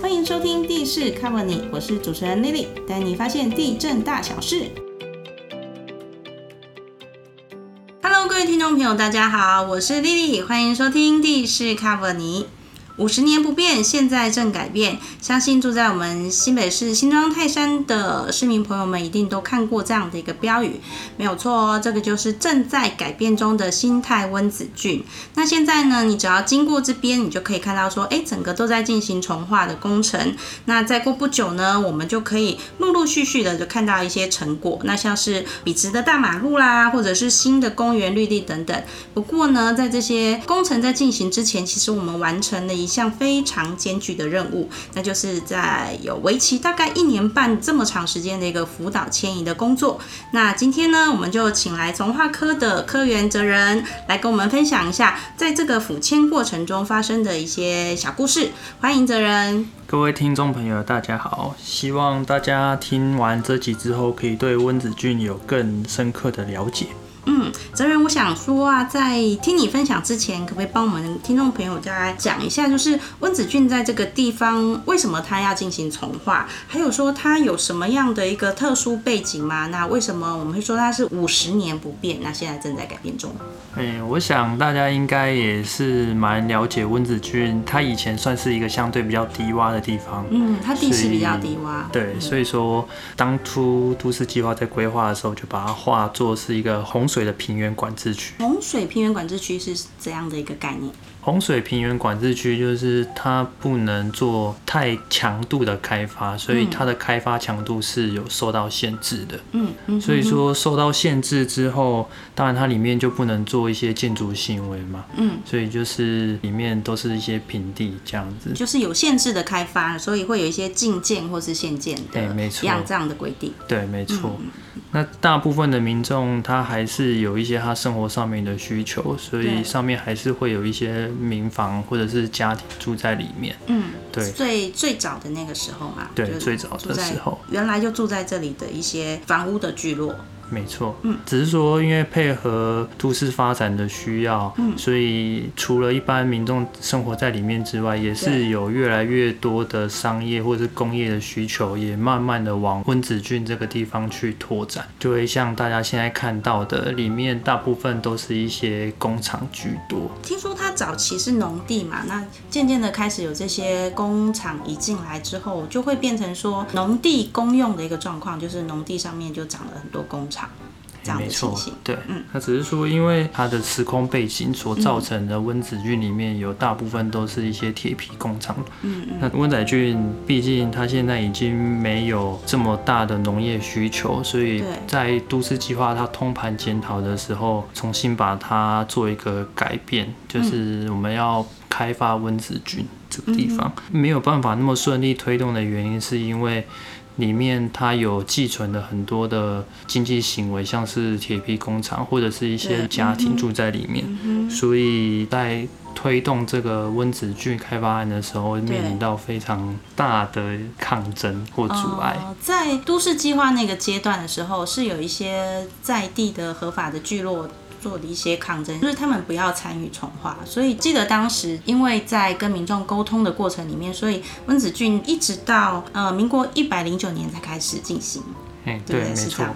欢迎收听《地势 cover 你》，我是主持人 Lily，带你发现地震大小事。Hello，各位听众朋友，大家好，我是 Lily，欢迎收听《地势 cover 你》。五十年不变，现在正改变。相信住在我们新北市新庄泰山的市民朋友们，一定都看过这样的一个标语，没有错哦。这个就是正在改变中的新泰温子郡。那现在呢，你只要经过这边，你就可以看到说，哎，整个都在进行重化的工程。那再过不久呢，我们就可以陆陆续续的就看到一些成果。那像是笔直的大马路啦，或者是新的公园绿地等等。不过呢，在这些工程在进行之前，其实我们完成了一项非常艰巨的任务，那就是在有为期大概一年半这么长时间的一个辅导迁移的工作。那今天呢，我们就请来从化科的科员哲人来跟我们分享一下，在这个辅迁过程中发生的一些小故事。欢迎哲人。各位听众朋友，大家好！希望大家听完这集之后，可以对温子俊有更深刻的了解。嗯，哲人，我想说啊，在听你分享之前，可不可以帮我们听众朋友再来讲一下，就是温子俊在这个地方为什么他要进行重化，还有说他有什么样的一个特殊背景吗？那为什么我们会说它是五十年不变？那现在正在改变中。哎、我想大家应该也是蛮了解温子俊，他以前算是一个相对比较低洼的地方。嗯，它地势比较是低洼。对，所以说当初都市计划在规划的时候，就把它划作是一个洪水的平原管制区。洪水平原管制区是怎样的一个概念？洪水平原管制区就是它不能做太强度的开发，所以它的开发强度是有受到限制的。嗯嗯，所以说受到限制之后，当然它里面就不能做一些建筑行为嘛，嗯，所以就是里面都是一些平地这样子。就是有限制的开发，所以会有一些禁建或是限建的对哎没错一样这样的规定。对，没错。嗯那大部分的民众他还是有一些他生活上面的需求，所对以上面还是会有一些民房或者是家庭住在里面。嗯，对最最早的那个时候嘛，对就是最早的住在时候，原来就住在这里的一些房屋的聚落，没错，嗯，只是说因为配合都市发展的需要，嗯，所以除了一般民众生活在里面之外，也是对有越来越多的商业或者是工业的需求，也慢慢的往温子郡这个地方去拓展，就会像大家现在看到的，里面大部分都是一些工厂居多。听说它早期是农地嘛，那渐渐的开始有这些工厂一进来之后，就会变成说农地公用的一个状况，就是农地上面就长了很多工厂这样的哎没情嗯错形。，对，那只是说，因为它的时空背景所造成的温子郡里面有大部分都是一些铁皮工厂，嗯嗯，那温仔郡毕竟它现在已经没有这么大的农业需求，所以对在都市计划它通盘检讨的时候，重新把它做一个改变，就是嗯我们要开发温子郡这个地方，嗯没有办法那么顺利推动的原因，是因为里面它有寄存的很多的经济行为，像是铁皮工厂或者是对一些家庭住在里面，所以在推动这个温子郡开发案的时候，面临到非常大的抗争或阻碍。呃在都市计划那个阶段的时候，是有一些在地的合法的聚落。做的一些抗争，就是他们不要参与重化，所以记得当时因为在跟民众沟通的过程里面，所以温子俊一直到呃民国一百零九年才开始进行，哎，对对，不对？没是这错样，。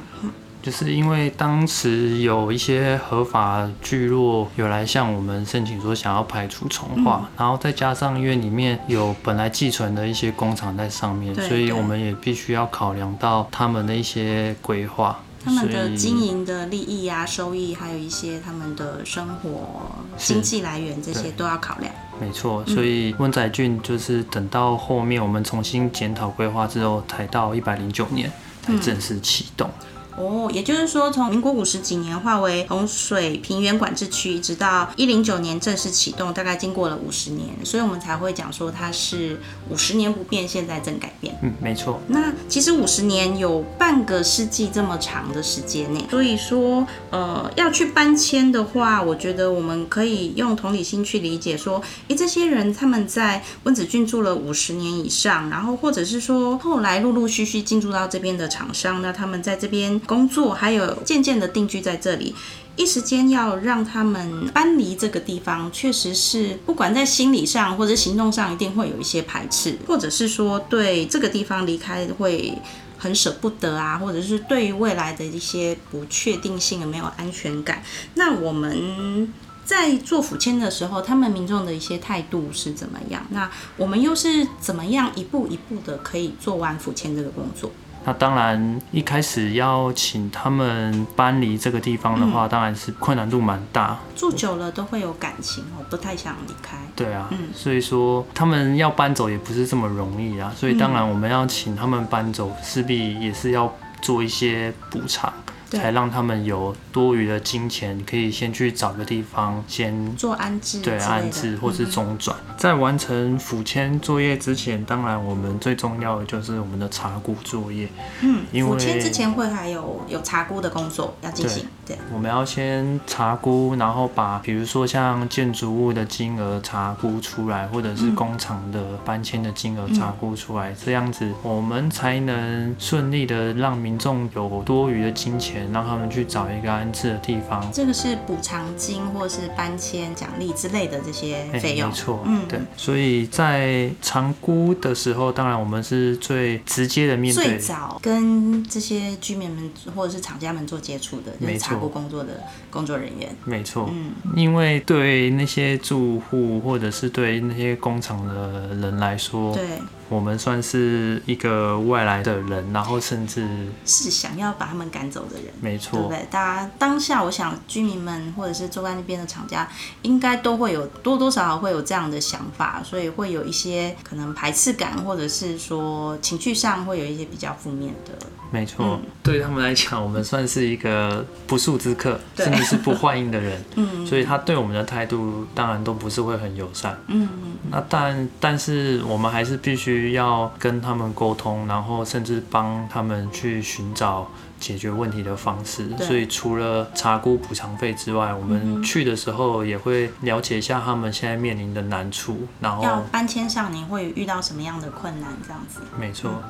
就是因为当时有一些合法聚落有来向我们申请说想要排除重嗯化，然后再加上因为里面有本来寄存的一些工厂在上面，对所以对我们也必须要考量到他们的一些规划。他们的所以经营的利益啊、收益，还有一些他们的生活、是经济来源这些对都要考量。没错，嗯所以温仔郡就是等到后面我们重新检讨规划之后，才到一百零九年嗯才正式启动。哦，也就是说，从民国五十几年划为洪水平原管制区，直到一零九年正式启动，大概经过了五十年，所以我们才会讲说它是五十年不变，现在正改变。嗯，没错。那其实五十年有半个世纪这么长的时间内，所以说，呃，要去搬迁的话，我觉得我们可以用同理心去理解，说，诶，这些人他们在温子郡住了五十年以上，然后或者是说后来陆陆续续进驻到这边的厂商，那他们在这边工作，还有渐渐的定居在这里。一时间要让他们搬离这个地方，确实是不管在心理上或者行动上，一定会有一些排斥，或者是说对这个地方离开会很舍不得啊，或者是对于未来的一些不确定性没有安全感。那我们在做府签的时候，他们民众的一些态度是怎么样？那我们又是怎么样一步一步的可以做完府签这个工作？那当然，一开始要请他们搬离这个地方的嗯话，当然是困难度蛮大。住久了都会有感情，我不太想离开。对啊，所以说他们要搬走也不是这么容易啊。所以当然，我们要请他们搬走，势必也是要做一些补偿，对才让他们有多余的金钱，可以先去找个地方先做安置嗯之类对的，嗯安置或是中转。在完成府签作业之前，当然我们最重要的就是我们的查股作业。嗯，因府为签之前会还有有查估的工作要进行，对，我们要先查估，然后把比如说像建筑物的金额查估出来，或者是工厂的搬迁的金额查估出来，这样子我们才能顺利的让民众有多余的金钱，让他们去找一个安置的地方。这个是补偿金或是搬迁奖励之类的这些哎费用没。错，嗯对，所以在长估的时候，当然我们是最直接的面最对，早跟这些居民们或者是厂家们做接触的，就是没错查估工作的工作人员。没错，嗯，因为对那些住户或者是对那些工厂的人来说，对，我们算是一个外来的人，然后甚至是想要把他们赶走的人。对没不错，对？大家当下，我想居民们或者是住在那边的厂家，应该都会有多多少少会有这样的想法，所以会有一些可能排斥感，或者是说情绪上会有一些比较负面的。没错，嗯对他们来讲，我们算是一个不速之客，对甚至是不欢迎的人， 嗯所以他对我们的态度当然都不是会很友善。嗯，那但但是我们还是必须要跟他们沟通，然后甚至帮他们去寻找解决问题的方式。对嗯所以除了查估补偿费之外，我们去的时候也会了解一下他们现在面临的难处，然要后搬迁上你会遇到什么样的困难？这样子，没错。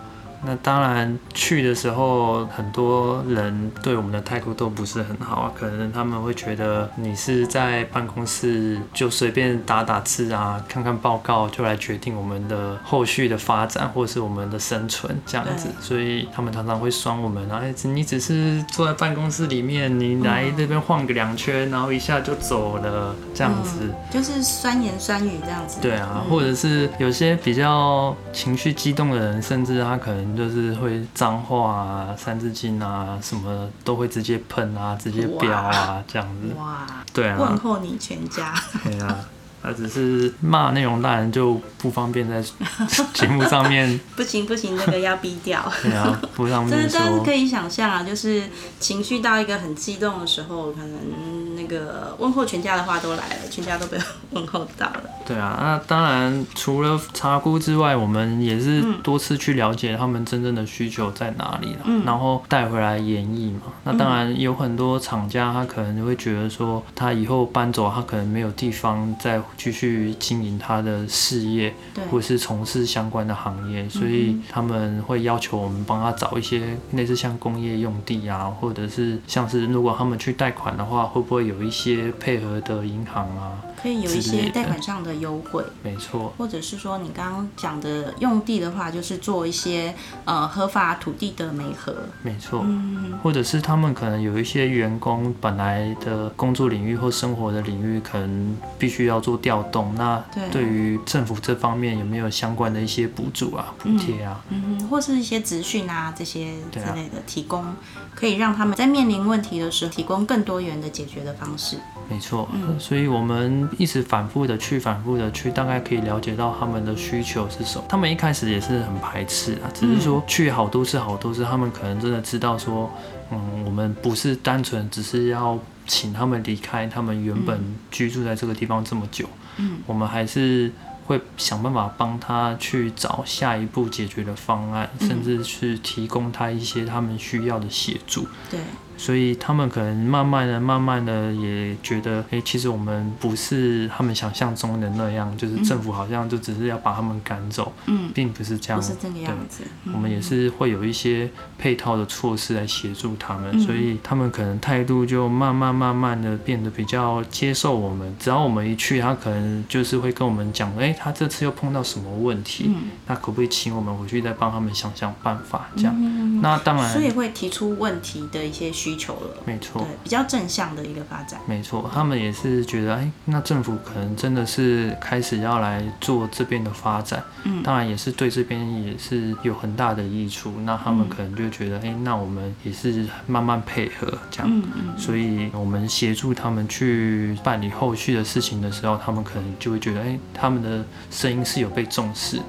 那当然，去的时候很多人对我们的态度都不是很好啊，可能他们会觉得你是在办公室就随便打打字啊，看看报告就来决定我们的后续的发展或是我们的生存这样子，所以他们常常会酸我们啊，哎只你只是坐在办公室里面，你来这边晃个两圈，然后一下就走了这样子。嗯就是酸言酸语这样子。对啊，嗯或者是有些比较情绪激动的人，甚至他可能就是会脏话啊、三字经啊什么的都会直接喷啊、直接飙啊这样子。哇，对问啊，候你全家， 对啊。他只是骂内容，当然就不方便在节目上面，不行不行，这个要逼掉。 对啊，不方真便的，但是说可，以想象啊，就是情绪到一个很激动的时候，可能嗯那个问候全家的话都来了，全家都被问候到了。对啊。那当然，除了查估之外，我们也是多次去了解他们真正的需求在哪里啦，然后带回来演绎嘛。那当然有很多厂家，他可能就会觉得说，他以后搬走，他可能没有地方再继续经营他的事业，对，或是从事相关的行业，所以他们会要求我们帮他找一些类似像工业用地啊，或者是像是如果他们去贷款的话，会不会有一些配合的银行啊？可以有一之类些的贷款上的优惠，没错，或者是说你刚刚讲的用地的话，就是做一些呃合法土地的媒合。没错。嗯，或者是他们可能有一些员工本来的工作领域或生活的领域，可能必须要做调动。那对对于政府这方面有没有相关的一些补助啊、补贴啊？嗯哼，或是一些资讯啊这些之对啊类的，提供可以让他们在面临问题的时候提供更多元的解决的方式。没错，所以我们一直反复的去、反复的去，大概可以了解到他们的需求是什么。他们一开始也是很排斥啊，只是说去好多次、好多次，他们可能真的知道说，嗯，我们不是单纯只是要请他们离开他们原本居住在这个地方这么久，嗯，我们还是会想办法帮他去找下一步解决的方案，嗯甚至去提供他一些他们需要的协助。对，所以他们可能慢慢的、慢慢的也觉得，诶，其实我们不是他们想象中的那样，就是嗯政府好像就只是要把他们赶走，嗯，并不是这样不。是这个样子。嗯我们也是会有一些配套的措施来协助他们，嗯所以他们可能态度就慢慢慢慢的变得比较接受我们。只要我们一去，他可能就是会跟我们讲，诶，他这次又碰到什么问题，嗯，那可不可以请我们回去再帮他们想想办法？这样。嗯那当所然，以会提出问题的一些需求了，没错对。，比较正向的一个发展。没错，他们也是觉得，哎，那政府可能真的是开始要来做这边的发展，嗯当然也是对这边也是有很大的益处。那他们嗯可能就觉得，哎，那我们也是慢慢配合这样，嗯嗯，所以我们协助他们去办理后续的事情的时候，他们可能就会觉得，哎，他们的声音是有被重视的，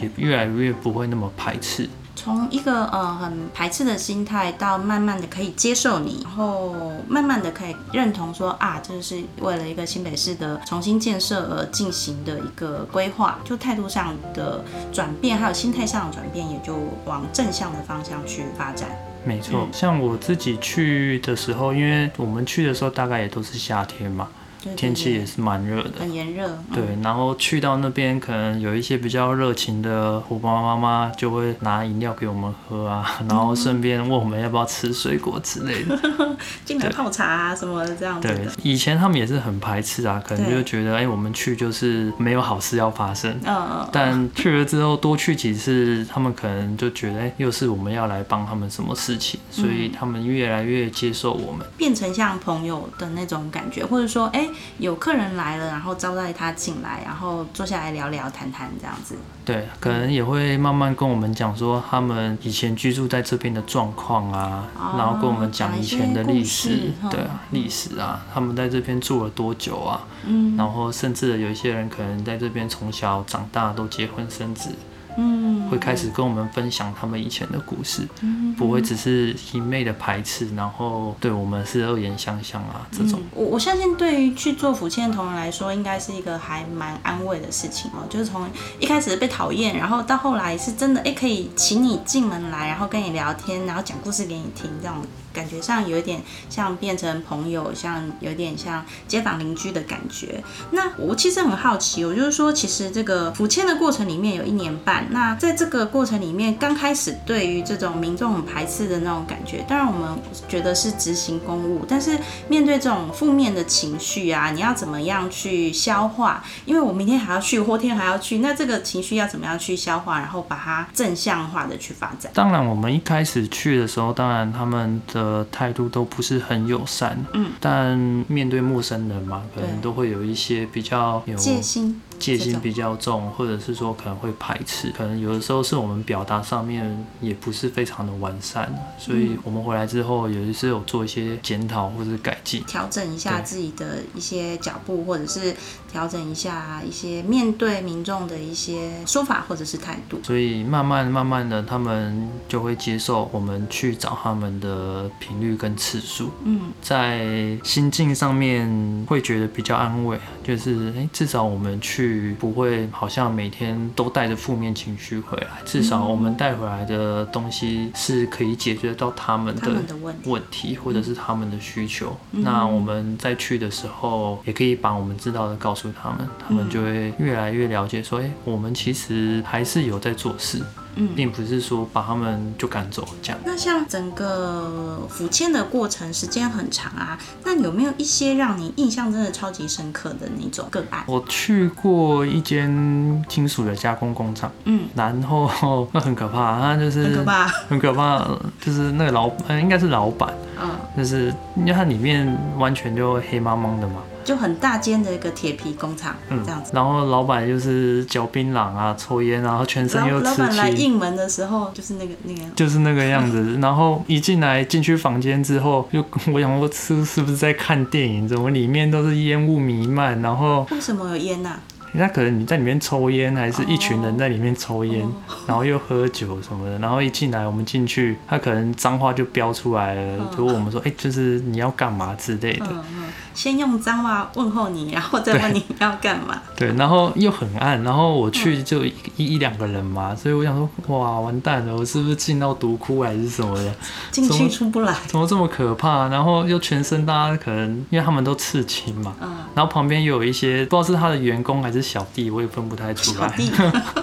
也对，越来越不会那么排斥。从一个呃很排斥的心态，到慢慢的可以接受你，然后慢慢的可以认同说啊，这是为了一个新北市的重新建设而进行的一个规划，就态度上的转变，还有心态上的转变，也就往正向的方向去发展。没错嗯，像我自己去的时候，因为我们去的时候大概也都是夏天嘛，对对天气对也是蛮热的。很炎热，嗯对，然后去到那边，可能有一些比较热情的虎爸妈妈就会拿饮料给我们喝啊， 然后顺便问我们要不要吃水果之类嗯的。进来泡茶啊什么的这样子对的，，以前他们也是很排斥啊，可能对就觉得哎、我们去就是没有好事要发生。嗯，但去了之后多去几次，他们可能就觉得，哎、又是我们要来帮他们什么事情，所嗯以他们越来越接受我们。变成像朋友的那种感觉，或者说，哎、有客人来了，然后招待他进来，然后坐下来聊聊、谈谈这样子。对，可能也会慢慢跟我们讲说他们以前居住在这边的状况啊，哦然后跟我们讲讲一以些前的历故史事，哈对啊，历史啊，他们在这边住了多久啊，嗯然后甚至有一些人可能在这边从小长大都结婚生子，嗯，会开始跟我们分享他们以前的故事，嗯不会只是一昧的排斥，然后对我们是恶言相向啊这种。嗯我我相信对于去做福建的同仁来说，应该是一个还蛮安慰的事情哦。就是从一开始被讨厌，然后到后来是真的哎、诶可以请你进门来，然后跟你聊天，然后讲故事给你听，这种感觉上有一点像变成朋友，像有点像街坊邻居的感觉。那我其实很好奇，哦我就是说，其实这个福迁的过程里面有一年半，那在这个过程里面，刚开始对于这种民众很排斥的那种感觉，当然我们觉得是执行公务，但是面对这种负面的情绪啊，你要怎么样去消化？因为我明天还要去，后天还要去，那这个情绪要怎么样去消化，然后把它正向化的去发展？当然，我们一开始去的时候，当然他们的态度都不是很友善，嗯，但面对陌生人嘛，可能对都会有一些比较有戒心，戒这心种比较重，或者是说可能会排斥，可能有的时候是我们表达上面也不是非常的完善，所嗯以我们回来之后也是有做一些检讨或者是改进。调整一下对自己的一些脚步，或者是调整一下一些面对民众的一些说法或者是态度。所以慢慢慢慢的，他们就会接受我们去找他们的频率跟次数。嗯，在心境上面会觉得比较安慰，就是诶，至少我们去不会好像每天都带着负面情绪回来，至少嗯我们带回来的东西是可以解决到他们他的们的问题。问题或者是他们的需求。嗯那我们在去的时候，也可以把我们知道的告诉他嗯们，他们就会越来越了解说，诶，我们其实还是有在做事，嗯，并不是说把他们就赶走这样。那像整个福建的过程时间很长啊，那有没有一些让你印象真的超级深刻的那种个案？我去过一间金属的加工工厂，嗯，然后 那很可怕，他就是很可怕。很可怕，就是那个老，嗯，应该是老板，嗯，就是因为它里面完全就黑茫茫的嘛，就很大间的一个铁皮工厂、嗯这样子。，然后老板就是嚼槟榔啊，抽烟，然后全身老又老刺板来青。应门的时候，就是那个那个样子，就是那个样子， 然后一进来进去房间之后，就我想说是是不是在看电影？怎么里面都是烟雾弥漫？然后为什么有烟呐、那可能你在里面抽烟，还是一群人在里面抽烟，然后又喝酒什么的，然后一进来我们进去，他可能脏话就飙出来了，就问我们说，哎、就是你要干嘛之类的。嗯嗯，先用脏话问候你，然后再问你要干 嘛。对，然后又很暗，然后我去就一一一两个人嘛，所以我想说，哇，完蛋了，我是不是进到毒窟还是什么的？进怎去么出不来。 怎么这么可怕？然后又全身大家可能因为他们都刺青嘛，嗯，然后旁边又有一些不知道是他的员工还是小弟，我也分不太出小来。弟，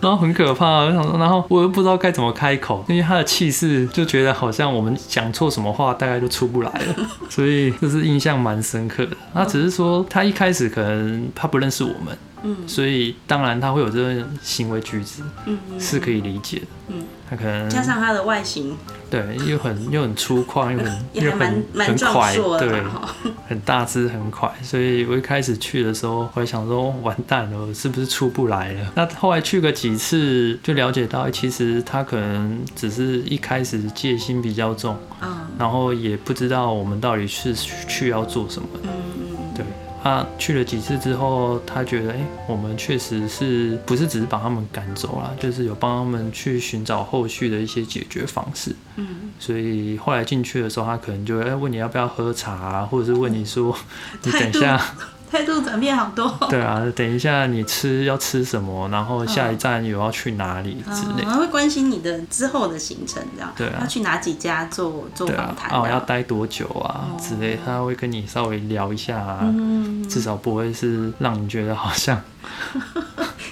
然后很可怕，我想说，然后我又不知道该怎么开口，因为他的气势就觉得好像我们讲错什么话，大概就出不来 了，所以这是印象蛮深刻的。那只是说他一开始可能他不认识我们，嗯所以当然他会有这种行为举止嗯嗯，是可以理解的。嗯，他可能加上他的外形对又很又很粗犷，又很 也又还蛮嗯很蛮很壮快，硕的对嘛，哈，很大只很快，所以我一开始去的时候，我还想说完蛋了，我是不是出不来了？那后来去个几次，就了解到，其实他可能只是一开始戒心比较重，嗯然后也不知道我们到底是去要做什么。嗯嗯，对，他去了几次之后，他觉得，哎、我们确实是不是只是把他们赶走啦，就是有帮他们去寻找后续的一些解决方式。嗯，所以后来进去的时候，他可能就会哎问你要不要喝茶、啊，或者是问你说 你等嗯态一度下，态度转变好多。对啊，等一下你吃要吃什么，然后下一站有要去哪里 之类嗯，会关心你的之后的行程，这样对啊要去哪几家做做对嗯访啊，谈啊我这要样，待多久啊之类，他会跟你稍微聊一下、啊，嗯，至少不会是让你觉得好像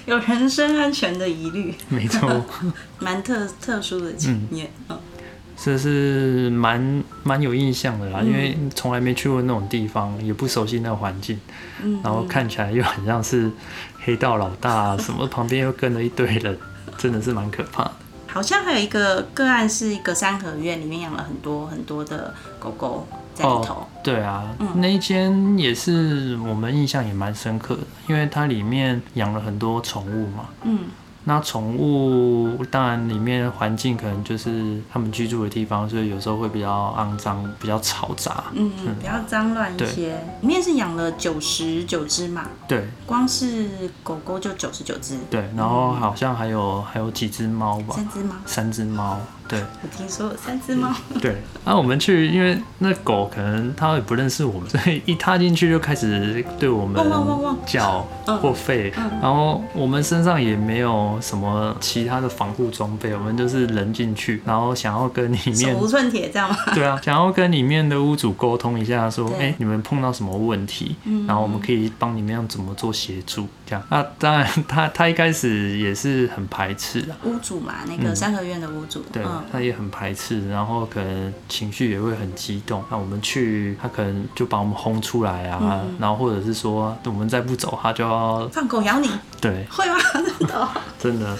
有人身安全的疑虑，没错，蛮特特殊的经验，嗯这是蛮蛮有印象的啦，因为从来没去过那种地方，也不熟悉那个环境，嗯，然后看起来又很像是黑道老大、啊、什么，旁边又跟了一堆人，真的是蛮可怕的。好像还有一个个案是一个三合院里面养了很多很多的狗狗在里头，对啊，嗯那一间也是我们印象也蛮深刻的，因为它里面养了很多宠物嘛。嗯那宠物当然里面环境可能就是他们居住的地方，所以有时候会比较肮脏、比较嘈杂。嗯，嗯比较脏乱一对些。里面是养了九十九只嘛，对光是狗狗就九十九只，对，然后好像还有还有几只猫吧，三只猫，三只猫。 对我听说有三只猫，对，那、我们去，因为那狗可能它也不认识我们，所以一踏进去就开始对我们汪汪汪汪叫嗯或吠，然后我们身上也没有什么其他的防护装备，我们就是人进去，然后想要跟里面 手无寸铁这样吗？ 对啊，想要跟里面的屋主沟通一下，说，对嗯哎、你们碰到什么问题，然后我们可以帮你们要怎么做协助，这样。那、啊当然他，他一开始也是很排斥啊，屋主嘛，那个三合院的屋主，对嗯，他也很排斥，然后可能情绪也会很激动。那我们去，他可能就把我们轰出来啊，然后或者是说，我们再不走，他就要放狗咬你对，会吗？ 真的哦，真的。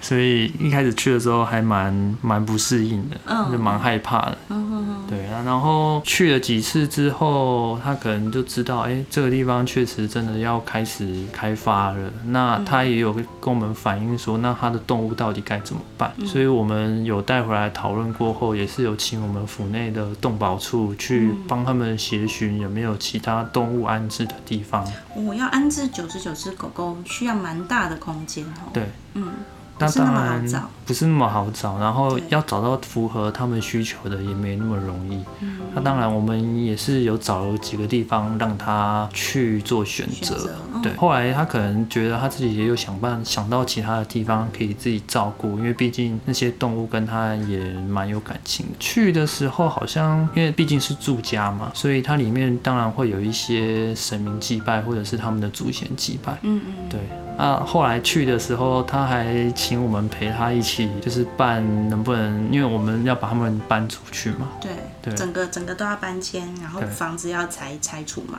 所以一开始去的时候还蛮蛮不适应的，嗯就蛮害怕的。嗯对啊，然后去了几次之后，他可能就知道，哎、这个地方确实真的要开始开发了。嗯那他也有跟我们反映说，那他的动物到底该怎么办？嗯所以我们有带回来讨论过后，也是有请我们府内的动保处去帮他们协寻有没有其他动物安置的地方。我要安置九十九只狗狗，需要蛮大的空间哦。对，嗯，那不是那当么好然找不是那么好找，然后对要找到符合他们需求的也没那么容易。那当然，我们也是有找了几个地方让他去做选选择择。嗯对，后来他可能觉得他自己也有想办想到其他的地方可以自己照顾，因为毕竟那些动物跟他也蛮有感情的。去的时候好像因为毕竟是住家嘛，所以它里面当然会有一些神明祭拜或者是他们的祖先祭拜。嗯嗯，对，啊，后来去的时候，他还请我们陪他一起，就是办能不能，因为我们要把他们搬出去嘛，对，对整个整个都要搬迁，然后对房子要拆拆除嘛。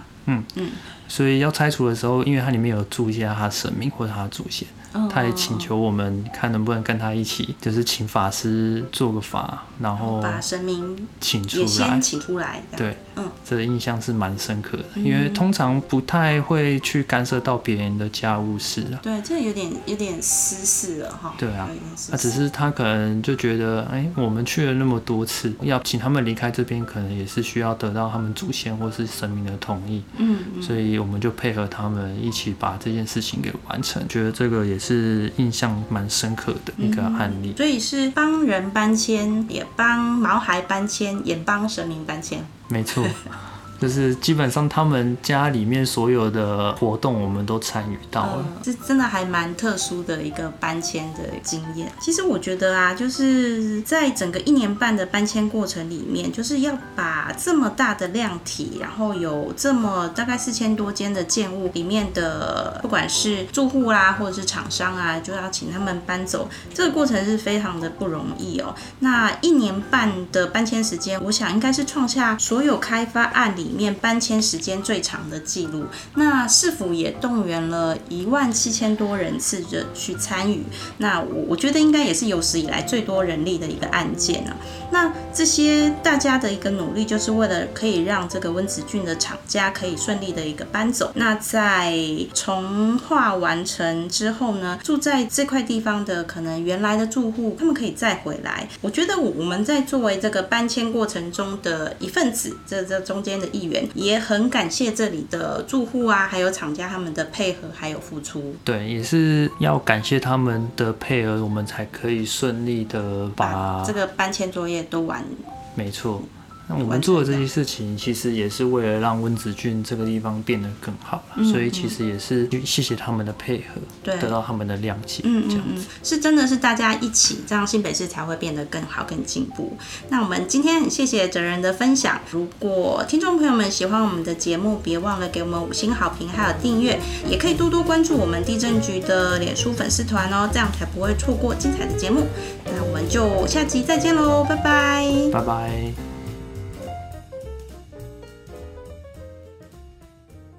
所以要拆除的时候，因为它里面有住一些他神明或者他的祖先，哦他也请求我们看能不能跟他一起，就是请法师做个法，然后把神明请哦出也来先。请出来。这样，对，嗯，这个印象是蛮深刻的，因为通常不太会去干涉到别人的家务事啊。对，这有点有点私事了哈。对啊有点私那只事。是他可能就觉得，哎、我们去了那么多次，要请他们离开这边，可能也是需要得到他们祖先或是神明的同意，嗯嗯所以我们就配合他们一起把这件事情给完成。觉得这个也是印象蛮深刻的一嗯个案例。所以是帮人搬迁，也帮毛孩搬迁，也帮神明搬迁。没错，就是基本上他们家里面所有的活动，我们都参与到了。嗯，这真的还蛮特殊的一个搬迁的经验。其实我觉得啊，就是在整个一年半的搬迁过程里面，就是要把这么大的量体，然后有这么大概四千多间的建物里面的，不管是住户啦，或者是厂商啊，就要请他们搬走，这个过程是非常的不容易哦。那一年半的搬迁时间，我想应该是创下所有开发案里面搬迁时间最长的记录。那市府也动员了一万七千多人次的去参与，那我我觉得应该也是有史以来最多人力的一个案件啊。那这些大家的一个努力，就是为了可以让这个温子俊的厂家可以顺利的一个搬走。那在重化完成之后呢，住在这块地方的可能原来的住户，他们可以再回来。我觉得我我们在作为这个搬迁过程中的一份子，这这中间的一员，也很感谢这里的住户啊，还有厂家他们的配合还有付出。对，也是要感谢他们的配合，我们才可以顺利的把把这个搬迁作业都完没错。那我们做的这些事情，其实也是为了让温子俊这个地方变得更好啦，所以其实也是谢谢他们的配合，嗯对得到他们的谅解，嗯这嗯样嗯，是真的是大家一起，这样新北市才会变得更好、更进步。那我们今天很谢谢哲人的分享。如果听众朋友们喜欢我们的节目，别忘了给我们五星好评，还有订阅，也可以多多关注我们地震局的脸书粉丝团哦，这样才不会错过精彩的节目。那我们就下集再见喽，拜拜。拜拜。